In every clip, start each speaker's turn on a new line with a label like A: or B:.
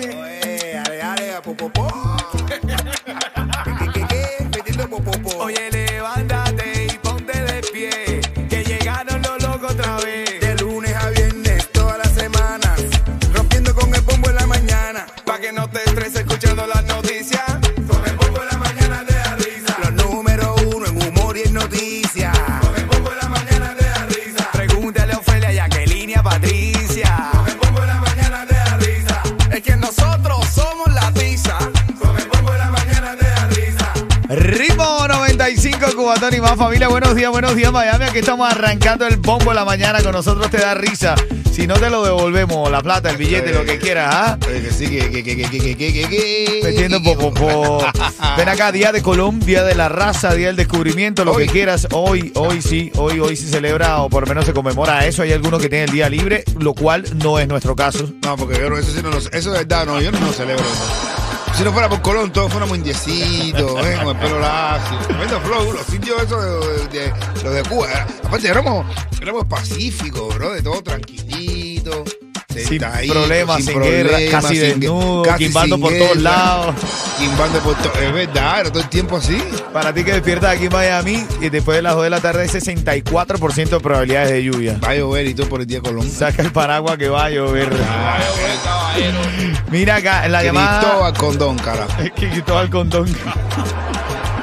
A: Eh,
B: Oye, ale, ale, popopó. ¿Qué, qué, qué? Metiendo popopó. Oye, levántate y ponte de pie. Que llegaron los locos otra vez.
A: De lunes a viernes, todas las semanas. Rompiendo con el bombo en la mañana.
B: Pa' que no te estreses escuchando las noticias. Con el bombo en la mañana te da risa.
A: Los número uno en humor y en noticias.
B: Con el bombo en la mañana te da risa. Pregúntale a Ofelia, Jacqueline y a Patricia. Con el bombo en la mañana te da risa.
A: Es que nosotros somos la tiza.
B: Con el bombo en la mañana te da risa.
C: Ritmo 95, Cubatón y más familia. Buenos días, buenos días, Miami. Aquí estamos arrancando el bombo de la mañana. Con nosotros te da risa. Si no te lo devolvemos, la plata, el billete, lo que quieras, ¿ah?
A: Oye, Eh, que sí, que, que, que, que, que, que, que, que.
C: Metiendo poco, Ven acá, Día de Colón, Día de la Raza, Día del Descubrimiento, lo
A: Hoy.
C: que quieras. Hoy, hoy sí, hoy, hoy se celebra o por lo menos se conmemora eso. Hay algunos que tienen el día libre, lo cual no es nuestro caso.
A: No, porque yo no, eso sí no lo Eso es verdad, no, yo no, lo celebro eso. Si no fuera por Colón, todos fuéramos indiecitos, ¿eh? con el pelo lacio. Tremendo flow, los sitios esos de, de- de- los de Cuba. Aparte, éramos, éramos pacíficos, bro, de todo tranquilito.
C: Sin
A: sentadito,
C: problemas, sin, guerra,
A: problemas,
C: casi
A: sin gue-
C: desnudo,
A: casi
C: quimbando
A: sin
C: por todos
A: guerra,
C: lados.
A: Quimbando por todo. Es verdad, era todo el tiempo así.
C: Para ti que despiertas aquí en Miami, y después de las 2 de la tarde hay 64% de probabilidades de lluvia.
A: Va a llover y todo por el día de Colón.
C: Saca el paraguas que va a llover. Mira acá, en la llamada.
A: Cristóbal Condón, carajo.
C: Que quitó al condón.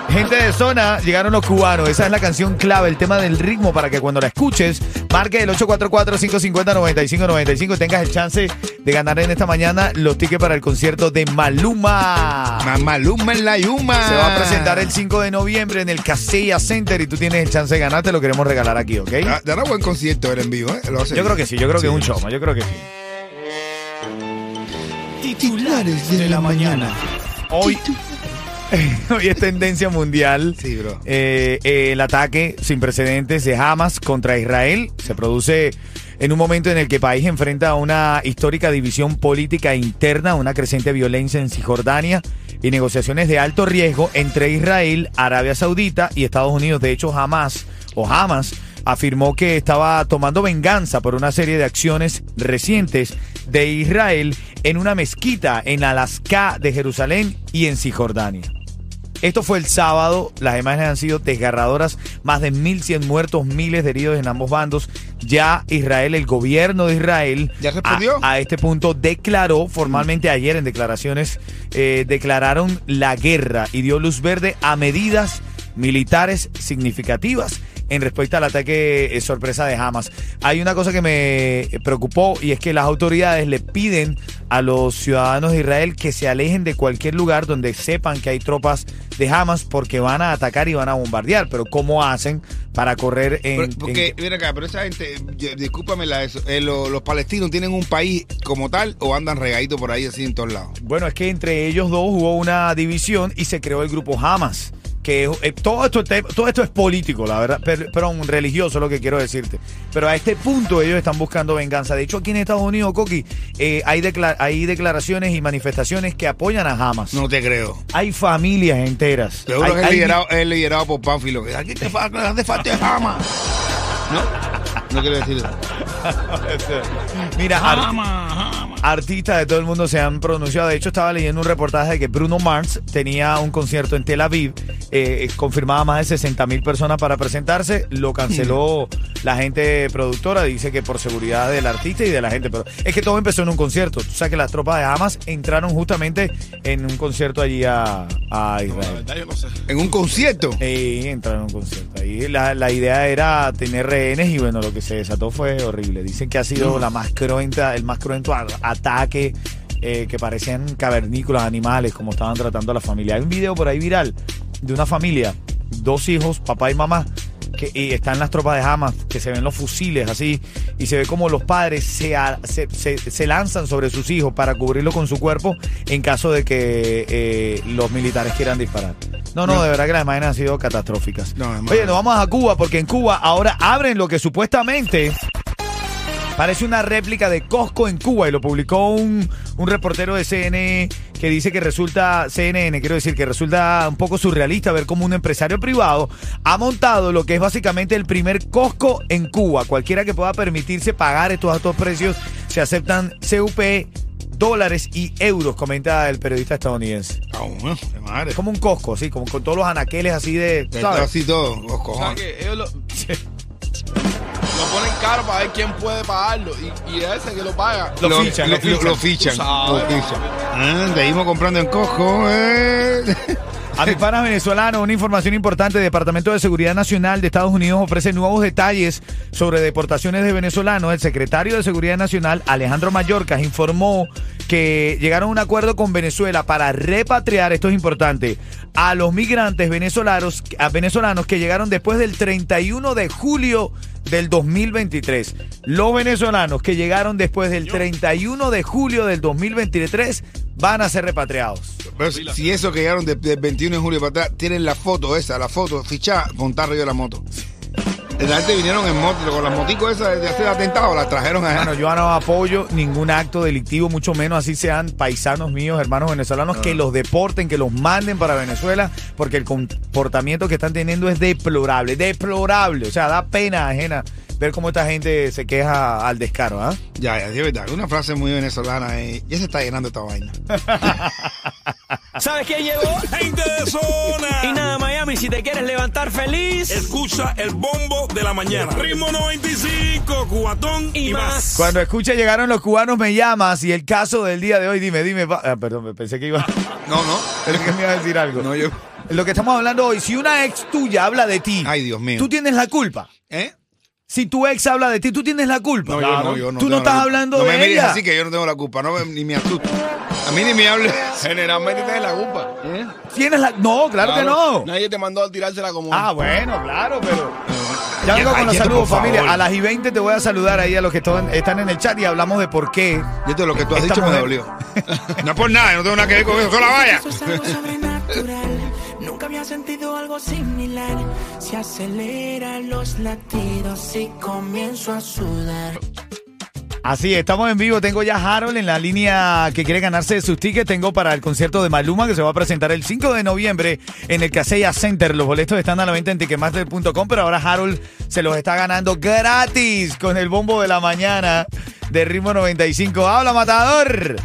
C: Gente de zona, llegaron los cubanos. Esa es la canción clave, el tema del ritmo, para que cuando la escuches, marque el 844-550-9595 y tengas el chance de ganar en esta mañana los tickets para el concierto de Maluma.
A: Mamaluma en la Yuma.
C: Se va a presentar el 5 de noviembre en el Casella Center y tú tienes el chance de ganarte, lo queremos regalar aquí, ¿ok?
A: Da- Dará Ah, buen concierto él en vivo, ¿eh? Lo hace
C: Yo creo
A: bien.
C: que sí, yo creo que es un choma, yo creo que sí.
A: Titulares de la mañana.
C: Hoy, hoy es tendencia mundial.
A: Sí, bro.
C: Eh, eh, el ataque sin precedentes de Hamas contra Israel se produce en un momento en el que el país enfrenta una histórica división política interna, una creciente violencia en Cisjordania y negociaciones de alto riesgo entre Israel, Arabia Saudita y Estados Unidos. De hecho, Hamas o Hamas afirmó que estaba tomando venganza por una serie de acciones recientes de Israel en una mezquita en Alaska de Jerusalén y en Cisjordania. Esto fue el sábado, las imágenes han sido desgarradoras, más de 1.100 muertos, miles de heridos en ambos bandos. Ya Israel, el gobierno de Israel,
A: ¿Ya respondió?
C: A, a este punto declaró formalmente ayer en declaraciones, eh, declararon la guerra y dio luz verde a medidas militares significativas en respecto al ataque eh, sorpresa de Hamas. Hay una cosa que me preocupó y es que las autoridades le piden a los ciudadanos de Israel que se alejen de cualquier lugar donde sepan que hay tropas de Hamas porque van a atacar y van a bombardear. Pero ¿cómo hacen para correr en...
A: Pero- porque,
C: en-
A: mira acá, pero esa gente, yo- discúlpame la eso, eh, lo- los palestinos tienen un país como tal o andan regaditos por ahí así en todos lados.
C: Bueno, es que entre ellos dos hubo una división y se creó el grupo Hamas. Que es- eh, todo, esto, te- todo esto es político, la verdad, pero, pero un religioso lo que quiero decirte. Pero a este punto ellos están buscando venganza. De hecho, aquí en Estados Unidos, Coqui, eh, hay, decla- hay declaraciones y manifestaciones que apoyan a Hamas.
A: No te creo.
C: Hay familias enteras.
A: Seguro
C: Hay-
A: que es
C: hay-
A: liderado, es liderado por Pánfilo. que, Aquí te fa- hace falta de fama. ¿No? No quiero decir eso.
C: Mira, ar- artistas de todo el mundo se han pronunciado. De hecho, estaba leyendo un reportaje de que Bruno Mars tenía un concierto en Tel Aviv, eh, confirmaba más de 60 mil personas para presentarse, lo canceló la gente productora, dice que por seguridad del artista y de la gente. Pero es que todo empezó en un concierto. Tú sabes que las tropas de Hamas entraron justamente en un concierto allí a, a
D: La
C: Israel.
D: verdad, yo no sé.
A: En un concierto.
C: Y entraron a un concierto. Ahí la, la idea era tener rehenes y bueno, lo que se desató fue horrible. Dicen que ha sido la más cruenta, el más cruento a- ataque, eh, que parecían cavernícolas, animales, como estaban tratando a la familia. Hay un video por ahí viral de una familia, dos hijos, papá y mamá, que y están las tropas de Hamas, que se ven los fusiles así, y se ve como los padres se, a- se, se- se lanzan sobre sus hijos para cubrirlo con su cuerpo en caso de que eh, los militares quieran disparar. No, no, de verdad que las imágenes han sido catastróficas.
A: No, es malo.
C: Oye, nos vamos a Cuba porque en Cuba ahora abren lo que supuestamente parece una réplica de Costco en Cuba y lo publicó un, un reportero de CNN que dice que resulta, CNN quiero decir, que resulta un poco surrealista ver cómo un empresario privado ha montado lo que es básicamente el primer Costco en Cuba. Cualquiera que pueda permitirse pagar estos altos precios se aceptan CUP, dólares y euros, comenta el periodista estadounidense.
A: Ah, bueno, de madre.
C: Es como un Costco, así, como con todos los anaqueles así de...
A: Está
C: ¿sabes?
A: así todo, los
D: O sea,
A: cojones.
D: que ellos lo, lo ponen caro para ver quién puede pagarlo. Y, y ese que lo paga.
C: Lo fichan,
A: lo,
C: lo fichan.
A: lo fichan,
D: Tú sabes,
A: lo fichan. Ah, seguimos comprando en cojo. eh.
C: A mis panas venezolanos, una información importante. Departamento de Seguridad Nacional de Estados Unidos ofrece nuevos detalles sobre deportaciones de venezolanos. El secretario de Seguridad Nacional, Alejandro Mallorcas, informó que llegaron a un acuerdo con Venezuela para repatriar, esto es importante, a los migrantes venezolanos, a venezolanos que llegaron después del 31 de julio del 2023. Los venezolanos que llegaron después del 31 de julio del 2023 van a ser repatriados.
A: Pero si- si esos que llegaron de- del 21 de julio para atrás tienen la foto esa, la foto fichada, montar arriba de la moto. La gente vinieron en moto, con las moticos esas de hacer atentado, las trajeron a.
C: Bueno, yo no apoyo ningún acto delictivo, mucho menos así sean paisanos míos, hermanos venezolanos, que los deporten, que los manden para Venezuela, porque el comportamiento que están teniendo es deplorable, deplorable. O sea, da pena ajena ver cómo esta gente se queja al descaro, ¿ah?
A: Ya, ya, de verdad. Una frase muy venezolana. eh, Ya se está llenando esta vaina.
E: ¿Sabes quién llegó?
F: Gente de zona.
E: Y nada, Miami, si te quieres levantar feliz
F: Escucha el bombo de la mañana. Ritmo 95, cuatón y,
E: y más.
C: Cuando escucha llegaron los cubanos, me llamas y el caso del día de hoy, dime, dime. pa- ah, perdón, pensé que iba.
A: No, no.
C: Pero que me iba a decir algo.
A: No, yo-
C: Lo que estamos hablando hoy, si una ex tuya habla de ti,
A: Ay, Dios mío.
C: tú tienes la culpa.
A: ¿Eh?
C: Si tu ex habla de ti, tú tienes la culpa.
A: No, yo no, yo no.
C: Tú
A: tengo
C: no
A: la
C: estás
A: culpa.
C: hablando
A: no
C: de
A: me mires
C: ella.
A: así que yo no tengo la culpa. No, me- ni me asusto. A mí ni me hables.
D: Generalmente te la culpa.
C: Tienes la. No, claro, que no.
D: Nadie te mandó a tirársela como.
C: Ah, bueno, claro, pero. Ya vengo con los
A: quieto,
C: saludos,
A: por
C: familia.
A: favor.
C: A las y 20 te voy a saludar ahí a los que to- están en el chat y hablamos de por qué.
A: Y esto es lo que tú has
C: Esta
A: dicho me
C: mujer-
A: dolió. No es por nada, yo no tengo nada que ver con eso. ¡Sola vaya!
G: Eso es algo sobrenatural. Nunca había sentido algo similar. Se aceleran los latidos y comienzo a sudar.
C: Así, es, estamos en vivo. Tengo ya a Harold en la línea que quiere ganarse sus tickets. Tengo para el concierto de Maluma que se va a presentar el 5 de noviembre en el Casella Center. Los boletos están a la venta en ticketmaster.com, pero ahora Harold se los está ganando gratis con el bombo de la mañana de Ritmo 95. ¡Habla, matador!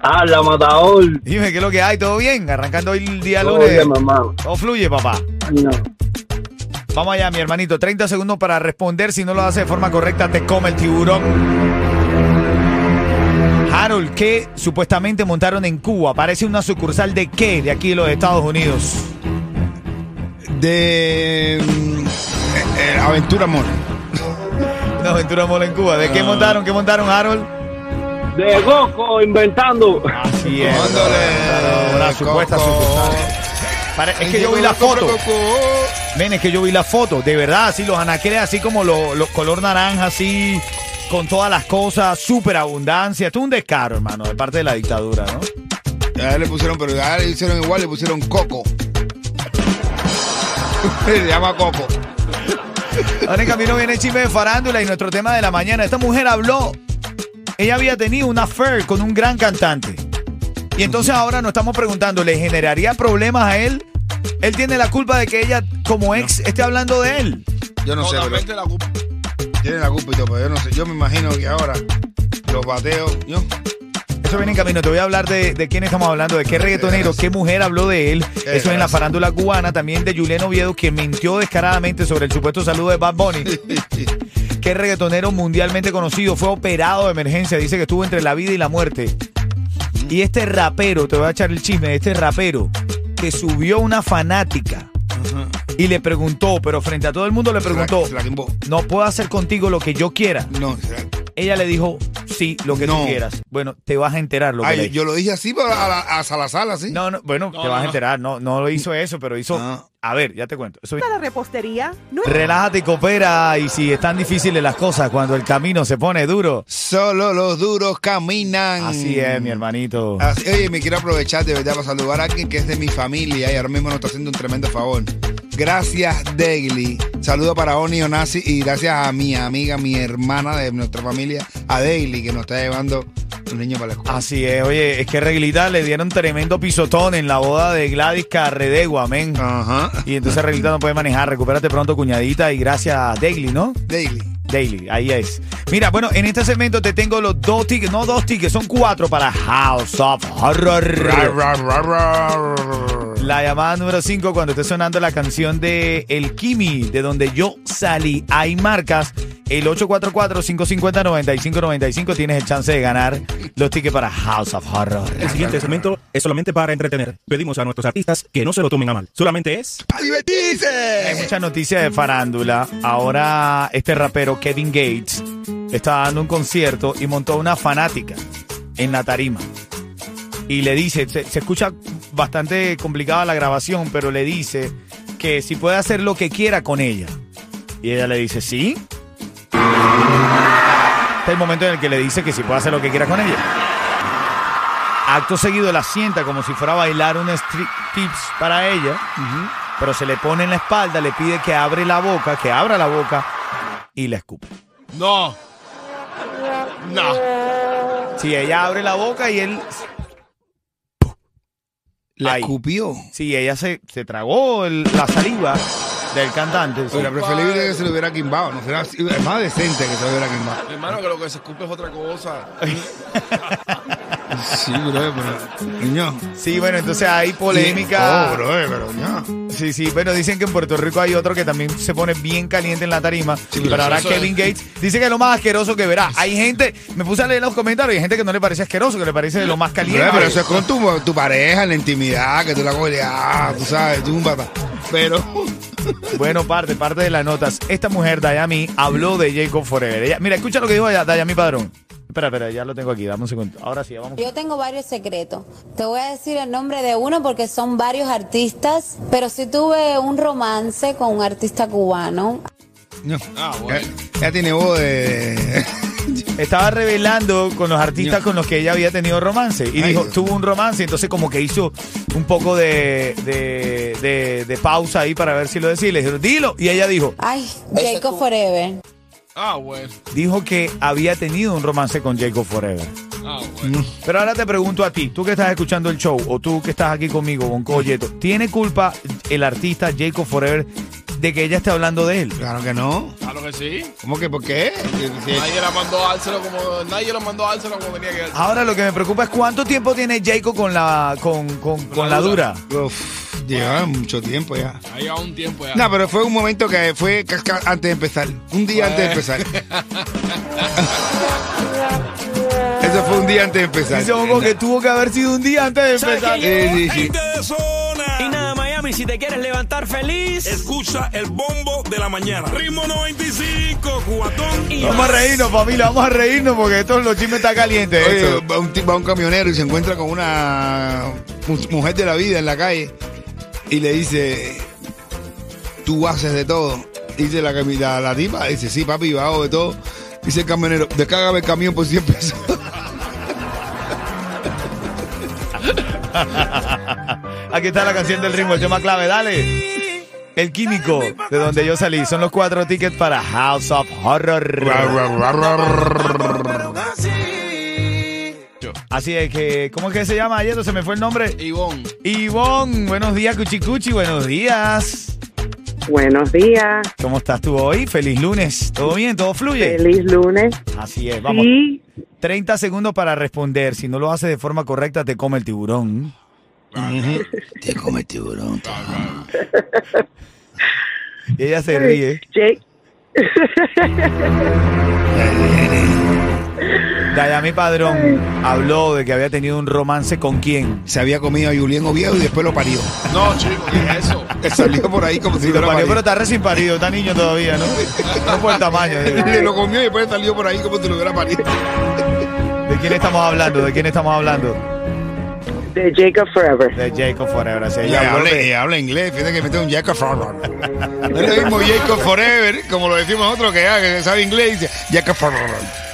H: Habla, matador.
C: Dime, ¿qué es lo que hay? ¿Todo bien? Arrancando hoy el día
H: Todo
C: lunes.
H: bien, hermano.
C: Todo fluye, papá.
H: No.
C: Vamos allá, mi hermanito. 30 segundos para responder. Si no lo haces de forma correcta, te come el tiburón. Harold, ¿qué supuestamente montaron en Cuba? Parece una sucursal de qué de aquí de los Estados Unidos.
A: De. mm, eh, eh, Aventura Amor.
C: Una aventura mola en Cuba. ¿De qué montaron? ¿Qué montaron, Harold?
H: De Goco inventando.
C: Así es.
A: Dándole
C: Una supuesta
A: coco.
C: sucursal. Pare- es que yo vi la foto. Ven, es que yo vi la foto, de verdad, así los anaqueles, así como los color naranja, así con todas las cosas, súper abundancia. Esto es un descaro, hermano, de parte de la dictadura, ¿no?
A: Ya le pusieron, pero ya le hicieron igual, le pusieron coco. Se llama coco.
C: Ahora en camino viene el chisme de farándula y nuestro tema de la mañana. Esta mujer habló, ella había tenido una affair con un gran cantante. Y entonces ahora nos estamos preguntando, ¿le generaría problemas a él? Él tiene la culpa de que ella, como ex, esté hablando de él.
A: Yo no sé, pero
D: Totalmente la culpa.
A: tienen la culpa y todo, pero yo no sé. Yo me imagino que ahora los bateos, yo,
C: eso viene en camino. Te voy a hablar de, de quién estamos hablando, de qué reggaetonero, qué mujer habló de él. Eso en la farándula cubana. También de Julián Oviedo, quien mintió descaradamente sobre el supuesto saludo de Bad Bunny. qué reggaetonero mundialmente conocido fue operado de emergencia. Dice que estuvo entre la vida y la muerte. Y este rapero, te voy a echar el chisme, este rapero que subió una fanática y le preguntó, pero frente a todo el mundo le preguntó,
A: Se la quimbó.
C: no puedo hacer contigo lo que yo quiera.
A: No, se la-
C: Ella le dijo, sí, lo que tú
A: No.
C: quieras. Bueno, te vas a enterar lo que
A: Ay,
C: le
A: yo lo dije así pero a, la- a Salazar, así.
C: No, no, bueno, te vas a enterar. No, no lo hizo eso, pero hizo.
A: Ah.
C: A ver, ya te cuento. Eso-
I: la repostería? No
C: Relájate y coopera. Y si están difíciles las cosas, cuando el camino se pone duro.
A: Solo los duros caminan.
C: Así es, mi hermanito.
A: Así- oye, me quiero aprovechar de verdad para saludar a alguien que es de mi familia y ahora mismo nos está haciendo un tremendo favor. Gracias, Degli. Saludo para Oni Onasi y gracias a mi amiga, mi hermana de nuestra familia, a Degli, que nos está llevando un niño para la escuela.
C: Así es, oye, es que Reglita le dieron tremendo pisotón en la boda de Gladys Carredegua, amén.
A: Ah. Ajá.
C: Y entonces Reglita no puede manejar. Recupérate pronto, cuñadita, y gracias a Daily, ¿no?
A: Degli.
C: Daily, ahí es. Mira, bueno, en este segmento te tengo los dos tickets, no dos tickets, son cuatro para House of
A: Ra,
C: Horror.
A: ra, ra, ra.
C: La llamada número 5 cuando esté sonando la canción de El Kimi, de donde yo salí. Hay marcas. El 844-550-9595 tienes el chance de ganar los tickets para House of Horror.
J: El siguiente segmento es solamente para entretener. Pedimos a nuestros artistas que no se lo tomen a mal. Solamente es.
A: ¡Pa' divertirse!
C: Hay mucha noticia de farándula. Ahora este rapero Kevin Gates está dando un concierto y montó una fanática en la tarima. Y le dice, se, se escucha bastante complicada la grabación, pero le dice que si puede hacer lo que quiera con ella. Y ella le dice, sí. Este es el momento en el que le dice que si puede hacer lo que quiera con ella. Acto seguido la sienta como si fuera a bailar un strip tips para ella pero se le pone en la espalda, le pide que abre la boca, que abra la boca y la escupe.
D: No. No.
C: Si ella abre la boca y él,
A: La
C: Ay.
A: escupió.
C: si ella se, se tragó el- la saliva del cantante. sí.
A: Hubiera preferible que se lo hubiera quimbado. No será así. es más decente que se lo hubiera quimbado.
D: Hermano, que lo que se escupe es otra cosa.
A: Sí, bro, pero. Niño.
C: Sí, bueno, entonces hay
A: Oh,
C: polémica.
A: bro, pero niño.
C: Sí, sí, bueno, dicen que en Puerto Rico hay otro que también se pone bien caliente en la tarima.
A: pero
C: pero ahora
D: eso
C: Kevin Gates dice que es lo más asqueroso que verá. Hay gente, me puse a leer los comentarios, y hay gente que no le parece asqueroso, que le parece de lo más caliente.
A: Bro, pero eso es con tu, tu pareja, en la intimidad, que tú la coges, y, ah, tú sabes, tú un papá. Pero.
C: Bueno, parte, parte de las notas. Esta mujer, Dayami, habló de Jacob Forever. Ella- mira, escucha lo que dijo ella, Dayami Padrón. Espera, espera, ya lo tengo aquí, dame un segundo. Ahora sí, ya vamos.
K: Yo tengo varios secretos. Te voy a decir el nombre de uno porque son varios artistas, pero sí tuve un romance con un artista cubano.
A: No.
D: Ah,
A: ya, ya tiene voz de.
C: Estaba revelando con los artistas
A: Ño.
C: con los que ella había tenido romance. Y
A: Ay,
C: dijo,
A: Dios.
C: tuvo un romance, entonces como que hizo un poco de, de, de- de pausa ahí para ver si lo decía. Y le dijeron, dilo. Y ella dijo,
K: Ay, Jacob Forever.
D: Ah, bueno.
C: dijo que había tenido un romance con Jacob Forever.
D: Ah, bueno.
C: Pero ahora te pregunto a ti, tú que estás escuchando el show o tú que estás aquí conmigo, Bonco Yeto, ¿tiene culpa el artista Jacob Forever de que ella esté hablando de él?
A: Claro que no.
D: Claro que sí.
A: ¿Cómo que por qué? Si- si-
D: Nadie la mandó a dárselo como. Nadie la mandó a dárselo como tenía que dárselo.
C: Ahora lo que me preocupa es cuánto tiempo tiene Jacob con la con, con- con la dura.
A: Uf, llevaba mucho tiempo ya.
D: Ahí a un tiempo ya.
A: No, pero fue un momento que fue casca- antes de empezar. Un día antes de empezar. Eso fue un día antes de empezar.
C: Dice Bonco que tuvo que haber sido un día antes de empezar.
A: Sí, sí, sí.
F: Gente de zona.
E: Y nada, Miami, si te quieres levantar feliz.
F: Escucha el bombo de la mañana. Ritmo 95, cuatón.
E: Y
C: Vamos a reírnos, familia, vamos a reírnos porque esto los chismes eh. está caliente.
A: Oye, va un, ti- va un camionero y se encuentra con una mu- mujer de la vida en la calle y le dice, tú haces de todo. Dice la, cami- la, la tipa, dice, sí, papi, yo hago de todo. Dice el camionero, descárgame el camión por 100 pesos.
C: Aquí está la canción del ritmo, el tema clave, dale. El químico, de donde yo salí, son los cuatro tickets para House of Horror. Así es que, ¿cómo es que se llama ayer? Se me fue el nombre.
D: Ivonne.
C: Ivonne, buenos días, Cuchicuchi, buenos días.
I: Buenos días,
C: ¿Cómo estás tú hoy? Feliz lunes. ¿Todo bien? ¿Todo fluye?
I: feliz lunes.
C: Así es, vamos.
I: Sí,
C: 30 segundos para responder. Si no lo haces de forma correcta, te come el tiburón.
A: Te come el tiburón. te come.
C: Y ella se ríe. Dayami Padrón habló de que había tenido un romance con quién.
A: Se había comido a Julián Oviedo y después lo parió.
D: No, chico, ¿qué es eso?
A: Le salió por ahí como si
C: lo
A: fuera
C: parió, pero
A: parido.
C: está recién parido, está niño todavía, ¿no? No por el tamaño.
A: Le
C: ¿De,
A: lo comió y después salió por ahí como si lo hubiera parido.
C: de quién estamos hablando? ¿De quién estamos hablando?
I: De Jacob Forever.
C: De Jacob Forever. así,
A: Y
C: ella habló
A: habla,
C: de-
A: y habla inglés, fíjate que mete un Jacob Forever. No es lo mismo Jacob Forever, como lo decimos nosotros que, ah, que sabe inglés y dice Jacob Forever.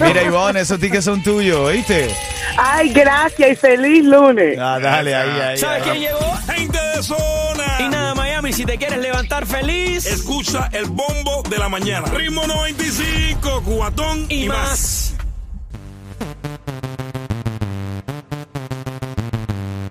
C: Mira, Ivonne, esos tickets son tuyos, ¿oíste?
I: Ay, gracias y feliz lunes.
C: Ah, dale, ahí, ahí.
E: ¿Sabes
C: ahí.
E: quién llegó?
F: Gente de zona.
E: Y nada, Miami, si te quieres levantar feliz
F: Escucha el bombo de la mañana. Ritmo 95, cuatón y,
E: y más.